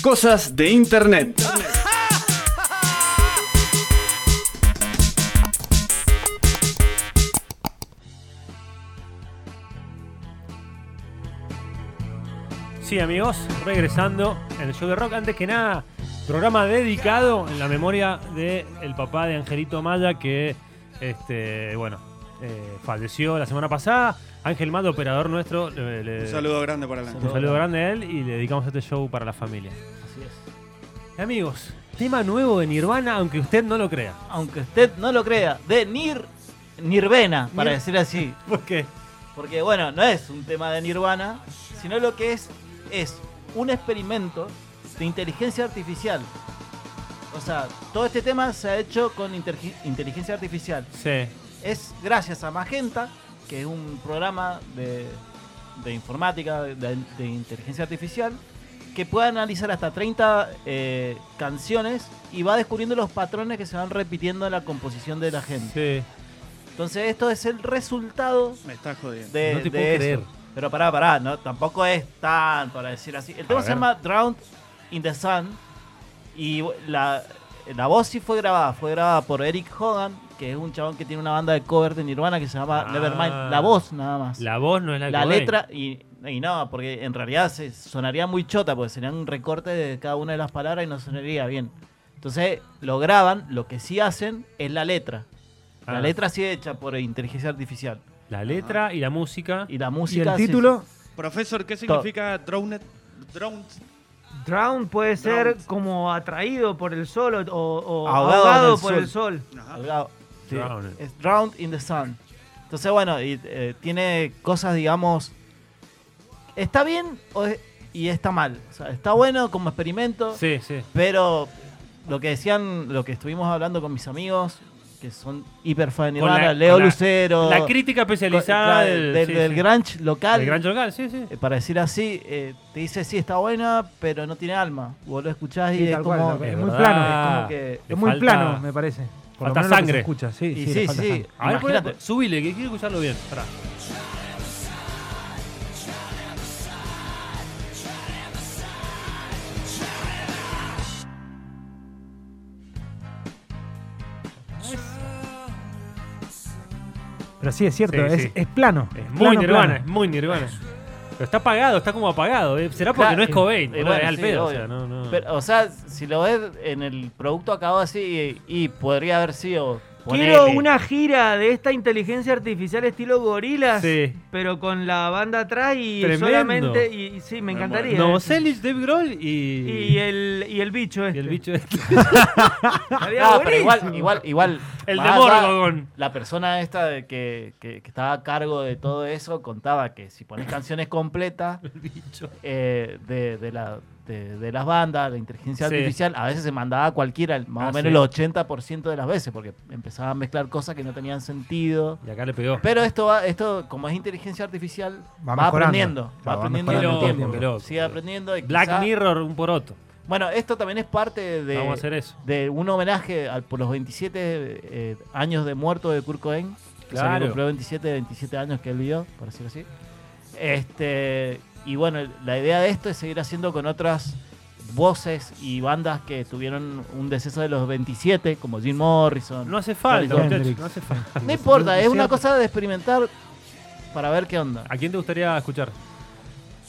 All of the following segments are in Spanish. cosas de Internet. Sí, amigos, regresando en el show de rock. Antes que nada, programa dedicado en la memoria de el papá de Angelito Maya que, este, bueno, eh, falleció la semana pasada. Ángel Maya, operador nuestro, le- le- Un saludo grande para la un saludo grande a él y le dedicamos este show para la familia. Así es. Amigos, tema nuevo de Nirvana, aunque usted no lo crea. Aunque usted no lo crea, de Nir... Nirvana, para Nir- decir así. ¿Por qué? Porque, bueno, no es un tema de Nirvana, sino lo que es, es un experimento de inteligencia artificial. O sea, todo este tema se ha hecho con intergi- inteligencia artificial. Sí. Es gracias a Magenta, que es un programa de, de informática, de, de inteligencia artificial, que puede analizar hasta 30 eh, canciones y va descubriendo los patrones que se van repitiendo en la composición de la gente. Sí. Entonces esto es el resultado Me estás jodiendo. de, No te de puedo eso. creer. Pero pará, pará, no, tampoco es tan para decir así. El tema se ver. llama Drowned in the Sun y la, la voz sí fue grabada, fue grabada por Eric Hogan, que es un chabón que tiene una banda de cover de Nirvana que se llama Ah. Nevermind, la voz nada más. La, La voz no es la que vos letra y, y no, porque en realidad se sonaría muy chota, porque sería un recorte de cada una de las palabras y no sonaría bien. Entonces lo graban, lo que sí hacen es la letra. Ah. La letra sí hecha por inteligencia artificial. ves. La letra y la música. Y la ¿Y música el sí- título? Profesor, ¿qué To- significa drowned? Drowned. Drown puede ser Drowned. como atraído por el sol o, o- o Ahogado ahogado, en el por sol. el sol. Ajá. Colgado. Sí. Drowned. Es Drowned in the Sun. Entonces, bueno, y, eh, tiene cosas, digamos. Está bien o es- y está mal. O sea, está bueno como experimento, Sí, sí. pero lo que decían, lo que estuvimos hablando con mis amigos, que son hiper fan de Con la- Nirvana, Leo con la- Lucero. La crítica con- especializada claro, del, del- sí, del sí. grunge local. Del grunge local, sí, sí. eh, para decir así, eh, te dice, sí, está buena, pero no tiene alma. Vos lo escuchás y Sí, es tal cual, como- tal cual. Es Es muy verdad. plano. es como que- Le Es muy falta- plano, me parece. Por lo falta menos lo que se sangre. escucha, sí, Y sí, le sí, falta sí. sangre. A ver, poné- Imagínate. subile, que quiero escucharlo bien. Pará. Pero sí, es cierto, Sí, es, sí. es plano. Es muy plano, nirvana, plano. es muy nirvana. Pero está apagado, está como apagado. eh. Será porque Claro, no es y- Cobain, y boludo, bueno, es al sí, pedo. O obvio. sea, no, no. Pero, o sea, si lo ves en el producto acabado así y, y podría haber sido. Quiero ponele, una gira de esta inteligencia artificial estilo gorilas, Sí. pero con la banda atrás y Tremendo. solamente. Y, y sí, me Me encantaría. Novoselic, Dave Grohl y. eh, y, el, y el bicho y este. el bicho este. Estaría No, Ah, pero buenísimo. igual, igual, igual. El de más- Morgogon. La persona esta de que, que- que estaba a cargo de todo eso contaba que si pones canciones completas eh, de, de la- de- de las bandas, de inteligencia Sí. artificial, a veces se mandaba a cualquiera, más Ah, o menos sí. el 80% de las veces, porque empezaba a mezclar cosas que no tenían sentido. Y acá le pegó. Pero esto va, esto como es inteligencia artificial, Va va, mejorando. aprendiendo, Claro, va va aprendiendo mejorando con todo el el tiempo, tiempo, loco. sigue aprendiendo. y Black quizá- Mirror, un poroto. Bueno, esto también es parte de, Vamos a hacer eso. de un homenaje al- por los 27 eh, años de muerto de Kurt Cobain. Que se Claro. le cumplió 27, 27 años que él vivió, por decirlo así. Este, y bueno, la idea de esto es seguir haciendo con otras voces y bandas que tuvieron un deceso de los 27, como Jim Morrison. No hace falta, Jimi muchachos. Hendrix. No hace falta. No importa, es una cosa de experimentar para ver qué onda. ¿A quién te gustaría escuchar?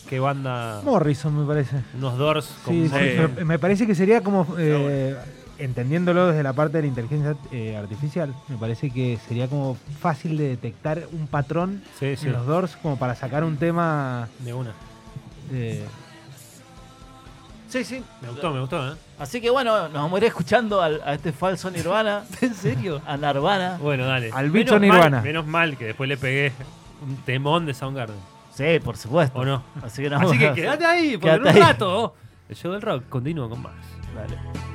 ¿Qué banda? Morrison, me parece. Unos Doors con Sí, sí, Morrison. pero me parece que sería como. eh, Entendiéndolo desde la parte de la inteligencia eh, artificial, me parece que sería como fácil de detectar un patrón Sí, sí. en los Doors como para sacar un tema De una. de, Sí, sí. Me gustó, me gustó, ¿eh? Así que bueno, nos vamos a ir escuchando al- a este falso Nirvana. ¿En serio? A Nirvana. Bueno, dale. Al bicho Menos Nirvana. mal- menos mal que después le pegué un temón de Soundgarden. Sí, por supuesto. ¿O no? Así que nos Así vamos que a- quédate ahí, porque en Quédate un ahí. rato. El show del rock continúa con más. Dale.